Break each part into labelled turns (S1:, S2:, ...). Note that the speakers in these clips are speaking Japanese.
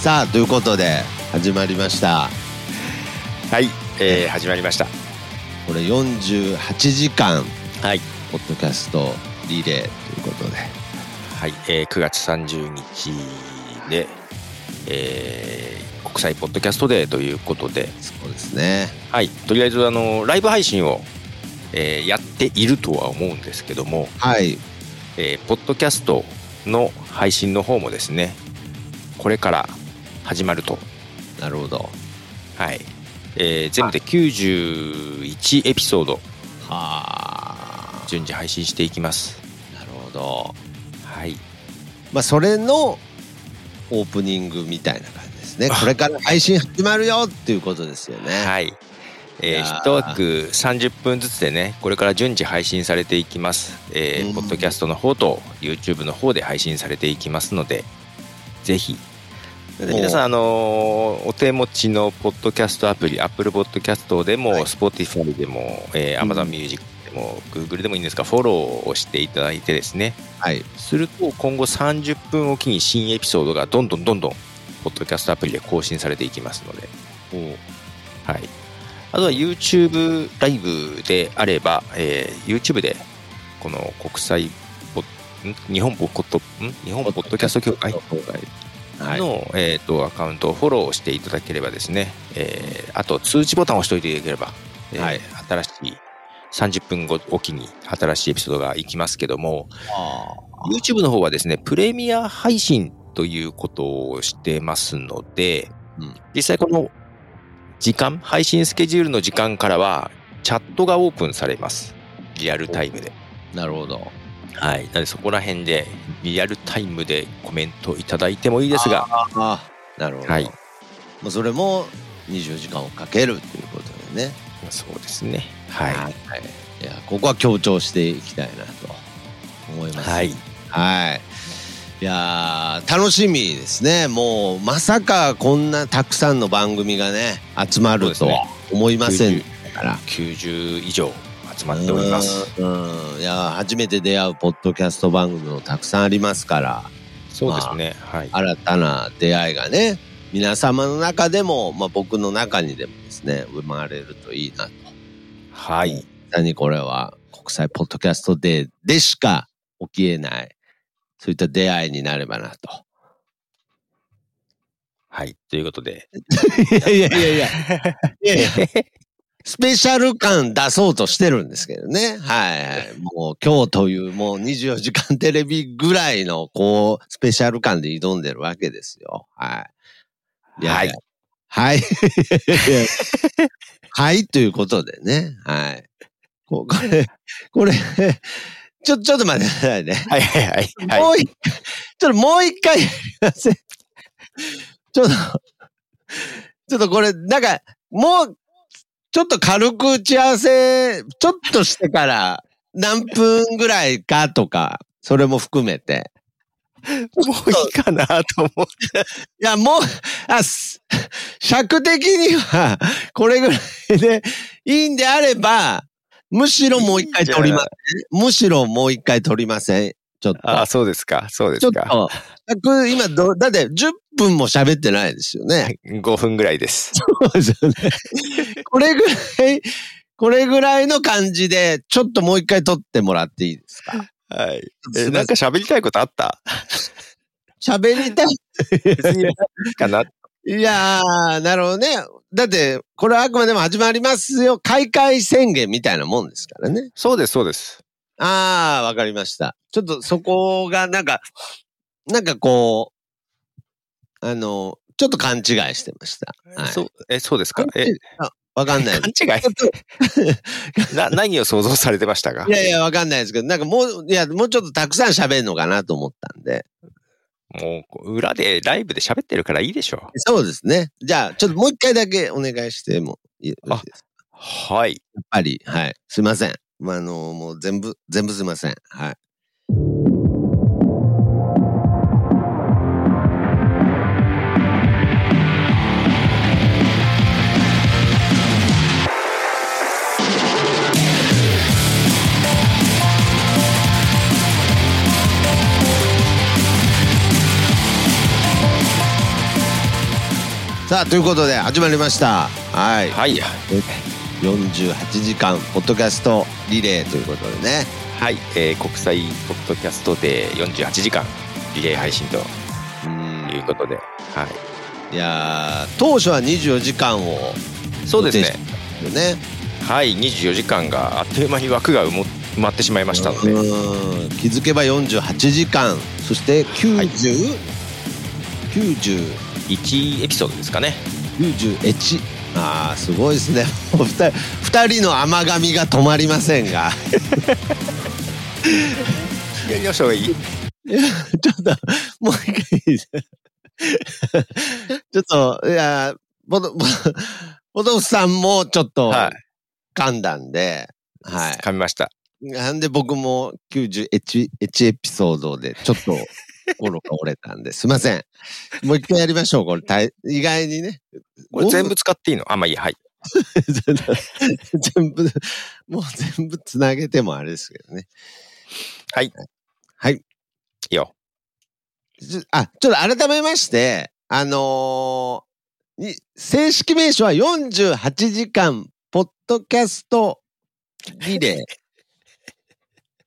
S1: さあということで始まりました
S2: はい、えー、始まりました。
S1: これ48時間
S2: はい。
S1: ポッドキャストリレーということで
S2: はい、えー、9月30日で、えー、国際ポッドキャストデーということで、
S1: そうですね
S2: はい、とりあえず、あの、ライブ配信を、えーやっているとは思うんですけども、
S1: はい
S2: えーポッドキャストの配信の方もですね、これから始まると。
S1: なるほど
S2: はい。えー全部で91エピソード、
S1: はあ
S2: 順次配信していきます。
S1: なるほど
S2: はい。
S1: まあそれのオープニングみたいな感じですねこれから配信始まるよっていうことですよね、
S2: はい。
S1: い
S2: え
S1: や
S2: ー、
S1: ー
S2: 1枠30分ずつでね、これから順次配信されていきます。えー
S1: うん
S2: ポッドキャストの方と YouTube の方で配信されていきますので、ぜひ。
S1: お
S2: 皆さん、あのーお手持ちのポッドキャストアプリ、Apple Podcast でも、
S1: はい
S2: Spotify でも、えー、
S1: うん
S2: Amazon Music でも、Google でもいいんですが、フォローをしていただいてですね、
S1: はい
S2: すると今後30分おきに新エピソードがどんどんどんどん、ポッドキャストアプリで更新されていきますので、はい、あとは YouTube ライブであれば、えー YouTube でこの国際ポん日本ポッドん日本ポッドキャスト協会
S1: はい
S2: の、えー、とアカウントをフォローしていただければですね、えーあと通知ボタンを押しておいていただければ、えー
S1: はい
S2: 新しい30分後おきに新しいエピソードがいきますけども、
S1: あ
S2: YouTube の方はですね、プレミア配信ということをしてますので、
S1: うん
S2: 実際この時間、配信スケジュールの時間からは、チャットがオープンされます。リアルタイムで。
S1: ーなるほど
S2: はい。なのでそこら辺で、リアルタイムでコメントいただいてもいいですが、
S1: あなるほど、
S2: はい
S1: まあ、それも24時間をかけるということでね
S2: そうですね。はい。
S1: い、いやここは強調していきたいなと思います
S2: はい。
S1: はいいやー楽しみですねもうまさかこんなたくさんの番組がね集まるとは思いませんから
S2: 90以上集まっております。
S1: うんうんいやー初めて出会うポッドキャスト番組もたくさんありますから
S2: そうですね。はい。
S1: 新たな出会いがね皆様の中でも、まあ、僕の中にでもですね生まれるといいなと
S2: はい。
S1: 何これは国際ポッドキャストデーでしか起きえないそういった出会いになればなと。
S2: はい。ということで、
S1: いやいやいやいや。いやいやスペシャル感出そうとしてるんですけどね。はいはい。もう今日というもう24時間テレビぐらいのこうスペシャル感で挑んでるわけですよ。はい。やや。はい。はい、ということでね。はい。ここれ、これ、ちょ、ちょっと待ってくださいね。
S2: はいはいはいはい。
S1: もう一回、 ちょっともう一回やりません。 ちょっと、ちょっとこれ、なんか、もう、ちょっと軽く打ち合わせ、ちょっとしてから、何分ぐらいかとか、それも含めて。
S2: もういいかなと思って
S1: いや、もう、あ、す尺的には、これぐらいでいいんであれば、むしろもう一回撮りません。むしろもう一回撮りません。ちょっと。
S2: ああ、そうですか。そうで
S1: ちょ
S2: す
S1: っ
S2: か。
S1: と、僕今ど、だって10分も喋ってないですよね。
S2: 5分ぐらいです。
S1: これぐらい、これぐらいの感じで、ちょっともう一回撮ってもらっていいですか
S2: はい。
S1: す
S2: え、
S1: いま
S2: なんか喋りたいことあった
S1: せん喋りたい。
S2: 別にいいかな。
S1: いやー、なるほどね。だって、これはあくまでも始まりますよ。開会宣言みたいなもんですからね。
S2: そうです、そうです。
S1: あー、わかりました。ちょっとそこが、なんか、なんかこう、あの、ちょっと勘違いしてました。はい
S2: そう、え、そうですか。え、
S1: あわかん ないです
S2: 勘違いな、何を想像されてましたか
S1: いやいや、わかんないですけど、なんかもう、いや、もうちょっとたくさん喋るのかなと思ったんで。
S2: もう、裏で、ライブで喋ってるからいいでしょ
S1: そうですね。じゃあ、ちょっともう一回だけお願いしてもいい
S2: あ
S1: ですか
S2: う。はい。
S1: やっぱり、はい。すいません。まあ、あの、もう全部、全部すいません。はい。さあということで始まりましたはい
S2: はい。
S1: 48時間ポッドキャストリレーということでね
S2: はい。えー国際ポッドキャストで48時間リレー配信と
S1: うん
S2: いうことで。はい。
S1: いやー当初は24時間を
S2: そうですね。
S1: 予定してたよね
S2: はい。24時間があっという間に枠が埋も埋まってしまいましたので。
S1: うん気づけば48時間そして90、
S2: はい
S1: 90
S2: 1エピソードですかね。
S1: 91あーすごいですね お二人二人の甘噛みが止まりませんが
S2: やり直した方がいい。
S1: ちょっともう一回いいですか ちょっといやーボトボトボトフさんもちょっと
S2: は
S1: 噛んだんで、
S2: い。
S1: はい、
S2: 噛みました。
S1: なんで僕も91エピソードでちょっと心が折れたんで、すいません。もう一回やりましょう、これ。大意外にね。
S2: これ全部使っていいのあ、まあいいや。はい。
S1: 全部、もう全部つなげてもあれですけどね。
S2: はい。
S1: はい。
S2: いいよ。
S1: ずあ、ちょっと改めまして、あのーに正式名称は48時間ポッドキャストリレ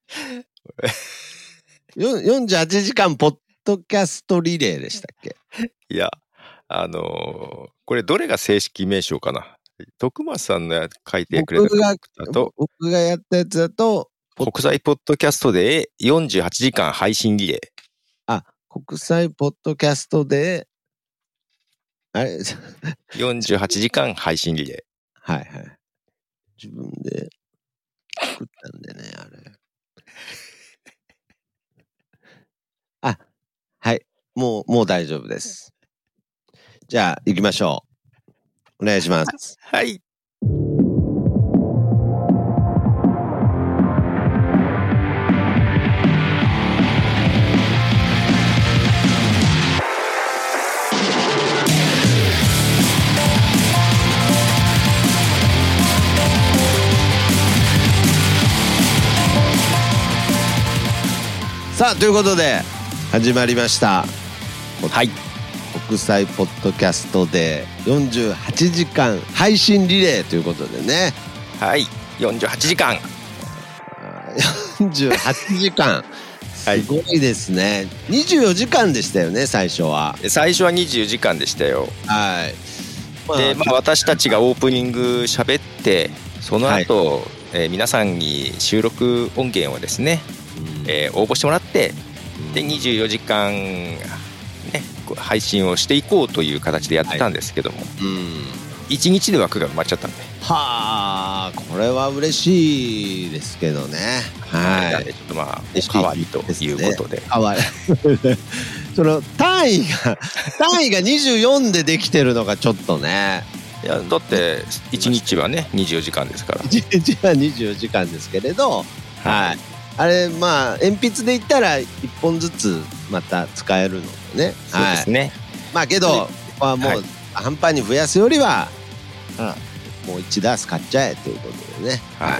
S1: ー。よ48時間ポッドキャストリレーでしたっけ
S2: いや、あのーこれどれが正式名称かな徳松さんのや書いてくれた
S1: 僕が
S2: だと、
S1: 僕がやったやつだと、
S2: 国際ポッドキャストで48時間配信リレー。
S1: 国際ポッドキャストで、あれ
S2: 48時間配信リレ
S1: はいはい。自分で作ったんでね、あれ。 あ、はい。もう、もう大丈夫です。じゃあ、行きましょう。お願いします。
S2: ー。はい。
S1: さあ、ということで、始まりました。
S2: はい。
S1: 国際ポッドキャストで48時間配信リレーということでね。
S2: はい。48時間。
S1: 48時間。
S2: はい
S1: すごいですね。24時間でしたよね、最初は。
S2: 最初は24時間でしたよ。
S1: はい。
S2: で、まあ、私たちがオープニング喋って、その後、えー皆さんに収録音源をですね、えー応募してもらって、で24時間、ね、こう配信をしていこうという形でやってたんですけども、
S1: うん、
S2: 1日で枠が埋まっちゃったんで、
S1: はあこれは嬉しいですけどね
S2: な
S1: は
S2: ん
S1: い
S2: でちょっとまあ
S1: 嬉しい
S2: おかわりということで
S1: かわいい その単位が単位が24でできてるのがちょっとね
S2: いやだって1日はね24時間ですから
S1: 1日は24時間ですけれどはいあれまあ鉛筆で言ったら1本ずつまた使えるのでね
S2: そう
S1: は
S2: で
S1: い
S2: すね、
S1: まあけどここはも
S2: は
S1: う
S2: い
S1: 半端に増やすよりは、もう1ダース買っちゃえということでね
S2: はい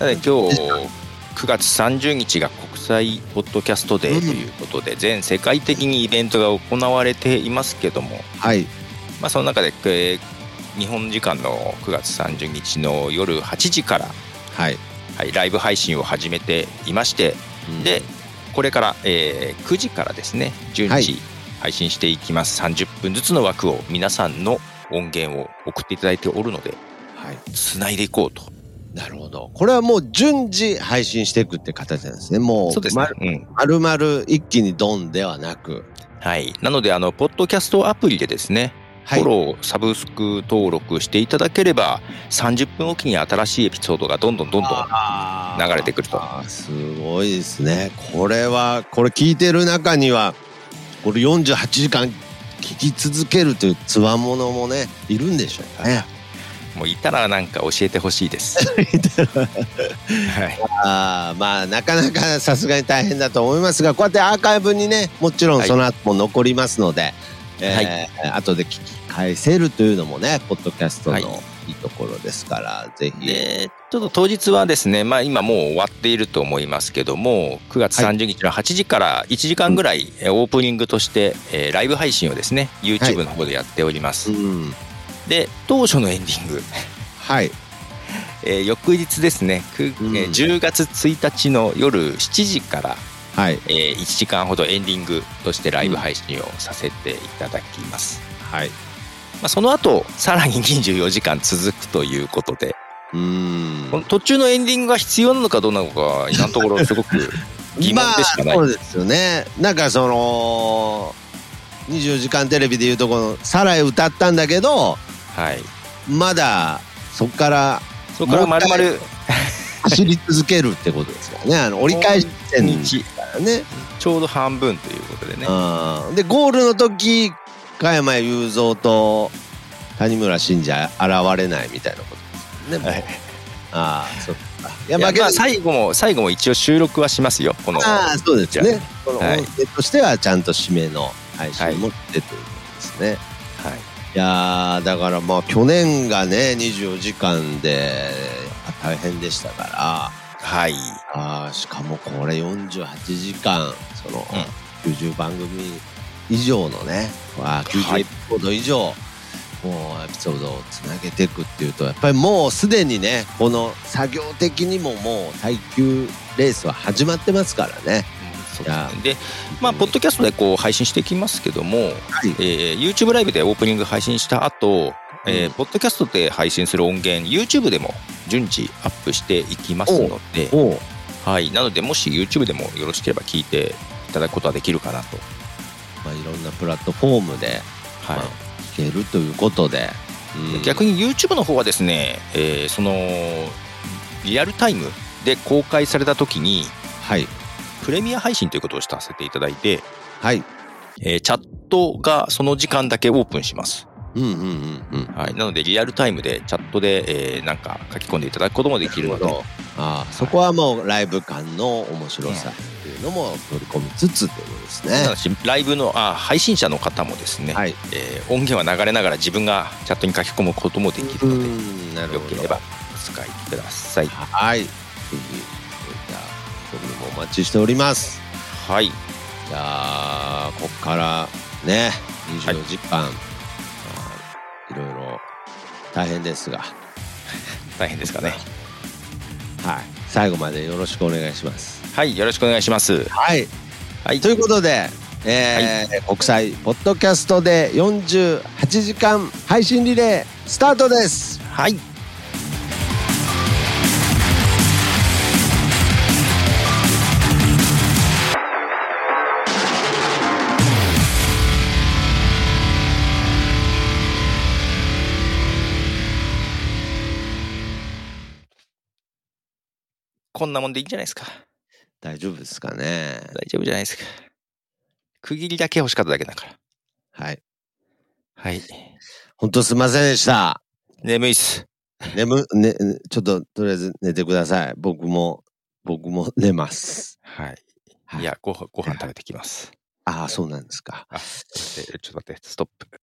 S2: なので今日9月30日が国際ポッドキャストデーということで、全世界的にイベントが行われていますけども、
S1: はい
S2: まあ、その中で、えー日本時間の9月30日の夜8時から、
S1: はい、
S2: はい、ライブ配信を始めていまして
S1: うん
S2: でこれから、えー9時からですね
S1: は
S2: 順
S1: い
S2: 次配信していきます、30分ずつの枠を皆さんの音源を送っていただいておるので
S1: はい
S2: つないでいこうと
S1: なるほど。これはもう順次配信していくって形なんですね。もう、
S2: そうですね、うん
S1: まるまる一気にドンではなく。
S2: はい、なのであのポッドキャストアプリでですね
S1: は
S2: フ
S1: い
S2: ォ。ロー、サブスク登録していただければ30分おきに新しいエピソードがどんどんどんどん流れてくると
S1: あーすごいですね。これは、これ聞いてる中には、これ48時間聞き続けるというつわものもね、いるんでしょうね。
S2: もういたらなんか教えて ほしいです。はい、
S1: あーまあ、なかなかさすがに大変だと思いますが、こうやってアーカイブにね、もちろん
S2: はい
S1: その後も残りますので、
S2: は
S1: えー後で聞き返せるというのもね、ポッドキャスト
S2: はい
S1: のいいところですから、ぜひ。
S2: でちょっと当日はですね、まあ、今もう終わっていると思いますけども、9月
S1: はい
S2: 30日の8時から1時間ぐらい、えーオープニングとして、えーライブ配信をですね、YouTube の方でやっております。
S1: うん。
S2: で、当初のエンディング、
S1: はい。
S2: えー翌日ですね、く
S1: うん
S2: えー10月1日の夜7時から、
S1: はい。
S2: えー1時間ほどエンディングとしてライブ配信をさせていただきます。
S1: はい。
S2: まあ、その後、さらに24時間続くということで、
S1: うん
S2: この。途中のエンディングが必要なのかどうなのか、今のところす ごく疑問でしかない。
S1: まあ、そうですよね。なんかその、24時間テレビでいうとこの、サライ歌ったんだけど、
S2: はい。
S1: まだ、そっから
S2: そこからまるまる
S1: 走り続けるってことですからね。あの折り返し地点です
S2: 日、
S1: からね。
S2: ちょうど半分ということでね。
S1: うんで、ゴールの時、加山雄三と谷村新司は現れないみたいなことですよね。
S2: はい
S1: ああ、そっか。い
S2: い
S1: や、
S2: や
S1: まあ、け
S2: ま
S1: ど
S2: あ、最後も、最後も一応収録はしますよ、この。
S1: ああ、そうですよ
S2: じ
S1: ね。この
S2: はい
S1: 音声としては、ちゃんと締めの配信も出てるんですね。い、
S2: はい。
S1: やー、だからまあ、去年がね、24時間で大変でしたから、
S2: はい。
S1: あーしかもこれ48時間、その、90番組以上のね、わあ90
S2: はい
S1: エピソード以上、もうエピソードをつなげていくっていうと、やっぱりもうすでにね、この作業的にももう耐久レースは始まってますからね。
S2: そう
S1: いや
S2: ですねで、まあ、ポッドキャストでこう配信していきますけども、
S1: はい
S2: えー YouTube ライブでオープニング配信した後、えー
S1: うん
S2: ポッドキャストで配信する音源、YouTube でも順次アップしていきますので、
S1: おう
S2: はい。なので、もし YouTube でもよろしければ聞いていただくことはできるかなと。
S1: まあ、いろんなプラットフォームで
S2: はい。
S1: まあ聞けるということで、うん
S2: 逆に YouTube の方はですね、えーそのリアルタイムで公開された時に
S1: はい
S2: プレミア配信ということをさせていただいて、
S1: はい
S2: えーチャットがその時間だけオープンします、
S1: うんうんうんうん
S2: はい、なのでリアルタイムでチャットで、えーなんか書き込んでいただくこともできるので
S1: なるほああそこはもうライブ感の面白さっていうのも取り込みつつってことですね
S2: ただしライブのあ配信者の方もですね、
S1: はい
S2: えー音源は流れながら自分がチャットに書き込むこともできるので、
S1: うんなる
S2: よ
S1: ほど
S2: ければお使いください
S1: はいぜひそういったご意見もお待ちしております
S2: はい
S1: じゃあここからね24時間、まあいろいろ大変ですが
S2: 大変ですかね
S1: はい最後までよろしくお願いします
S2: はいよろしくお願いします
S1: はい
S2: はい
S1: ということで、えー国際ポッドキャストで48時間配信リレースタートです
S2: はいこんなもんでいいんじゃないですか。
S1: 大丈夫ですかね
S2: 大丈夫じゃないですか。区切りだけ欲しかっただけだから。
S1: はい
S2: はい。
S1: 本当すいませんでした
S2: 眠いっす。
S1: 眠、ね、ちょっととりあえず寝てください僕も僕も寝ます
S2: はい。
S1: はい
S2: いや、ご飯ご飯食べてきます。
S1: ああそうなんですか
S2: あ、ちょっと待って、ちょっと待って、ストップ。